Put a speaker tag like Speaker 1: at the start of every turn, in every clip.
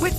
Speaker 1: With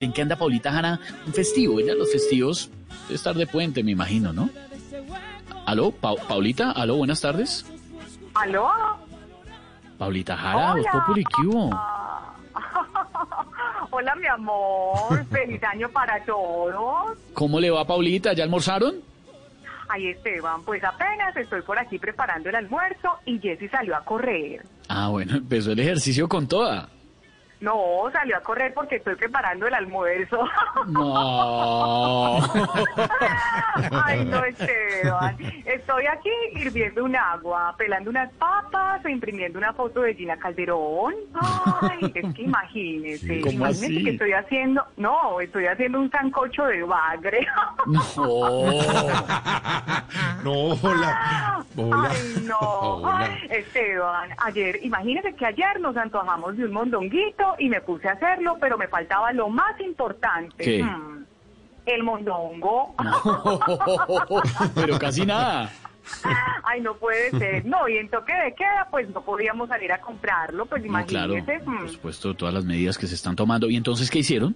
Speaker 2: ¿En qué anda Paulita Hanna? Un festivo, ella los festivos debe estar de puente, me imagino, ¿no? Aló, Pau- Paulita, aló, buenas tardes.
Speaker 3: ¿Aló?
Speaker 2: Paulita Jara, Voz
Speaker 3: Hola.
Speaker 2: Populi, ¿qué hubo?
Speaker 3: Hola, mi amor. Feliz año para todos.
Speaker 2: ¿Cómo le va, Paulita? ¿Ya almorzaron?
Speaker 3: Ay, Esteban, pues apenas estoy por aquí preparando el almuerzo y Jessy salió a correr.
Speaker 2: Ah, bueno, empezó el ejercicio con toda.
Speaker 3: No, salió a correr porque estoy preparando el almuerzo.
Speaker 2: No.
Speaker 3: Ay, no, Esteban. Estoy aquí hirviendo un agua, pelando unas papas e imprimiendo una foto de Gina Calderón. Ay, es que imagínese.
Speaker 2: ¿Cómo
Speaker 3: imagínese
Speaker 2: así?
Speaker 3: que estoy haciendo, no, estoy haciendo un sancocho de bagre.
Speaker 2: No.
Speaker 4: No, hola. Hola.
Speaker 3: Ay, no.
Speaker 4: Hola.
Speaker 3: Esteban, ayer, imagínese que ayer nos antojamos de un mondonguito y me puse a hacerlo, pero me faltaba lo más importante.
Speaker 2: ¿Qué?
Speaker 3: Mm, el mondongo.
Speaker 2: Pero casi nada.
Speaker 3: Ay, no puede ser. No, y en toque de queda, pues no podíamos salir a comprarlo, pues
Speaker 2: No, claro.
Speaker 3: imagínese. Mm,
Speaker 2: Por supuesto, todas las medidas que se están tomando. ¿Y entonces qué hicieron?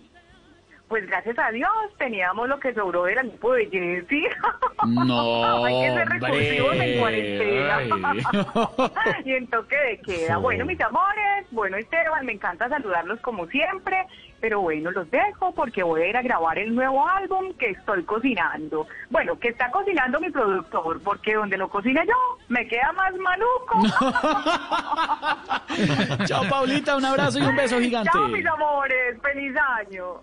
Speaker 3: Pues gracias a Dios teníamos lo que sobró del grupo de Jessy.
Speaker 2: No.
Speaker 3: Hay que ser recursivos en
Speaker 2: hombre. Ay.
Speaker 3: cuarentena. Ah, y en toque de queda. Bueno, mis amores, bueno, Esteban, me encanta saludarlos como siempre, pero bueno, los dejo porque voy a ir a grabar el nuevo álbum que estoy cocinando. Bueno, que está cocinando mi productor, porque donde lo cocine yo, me queda más maluco.
Speaker 2: Chao, Paulita. Un abrazo y un beso gigante.
Speaker 3: Chao, mis amores, feliz año.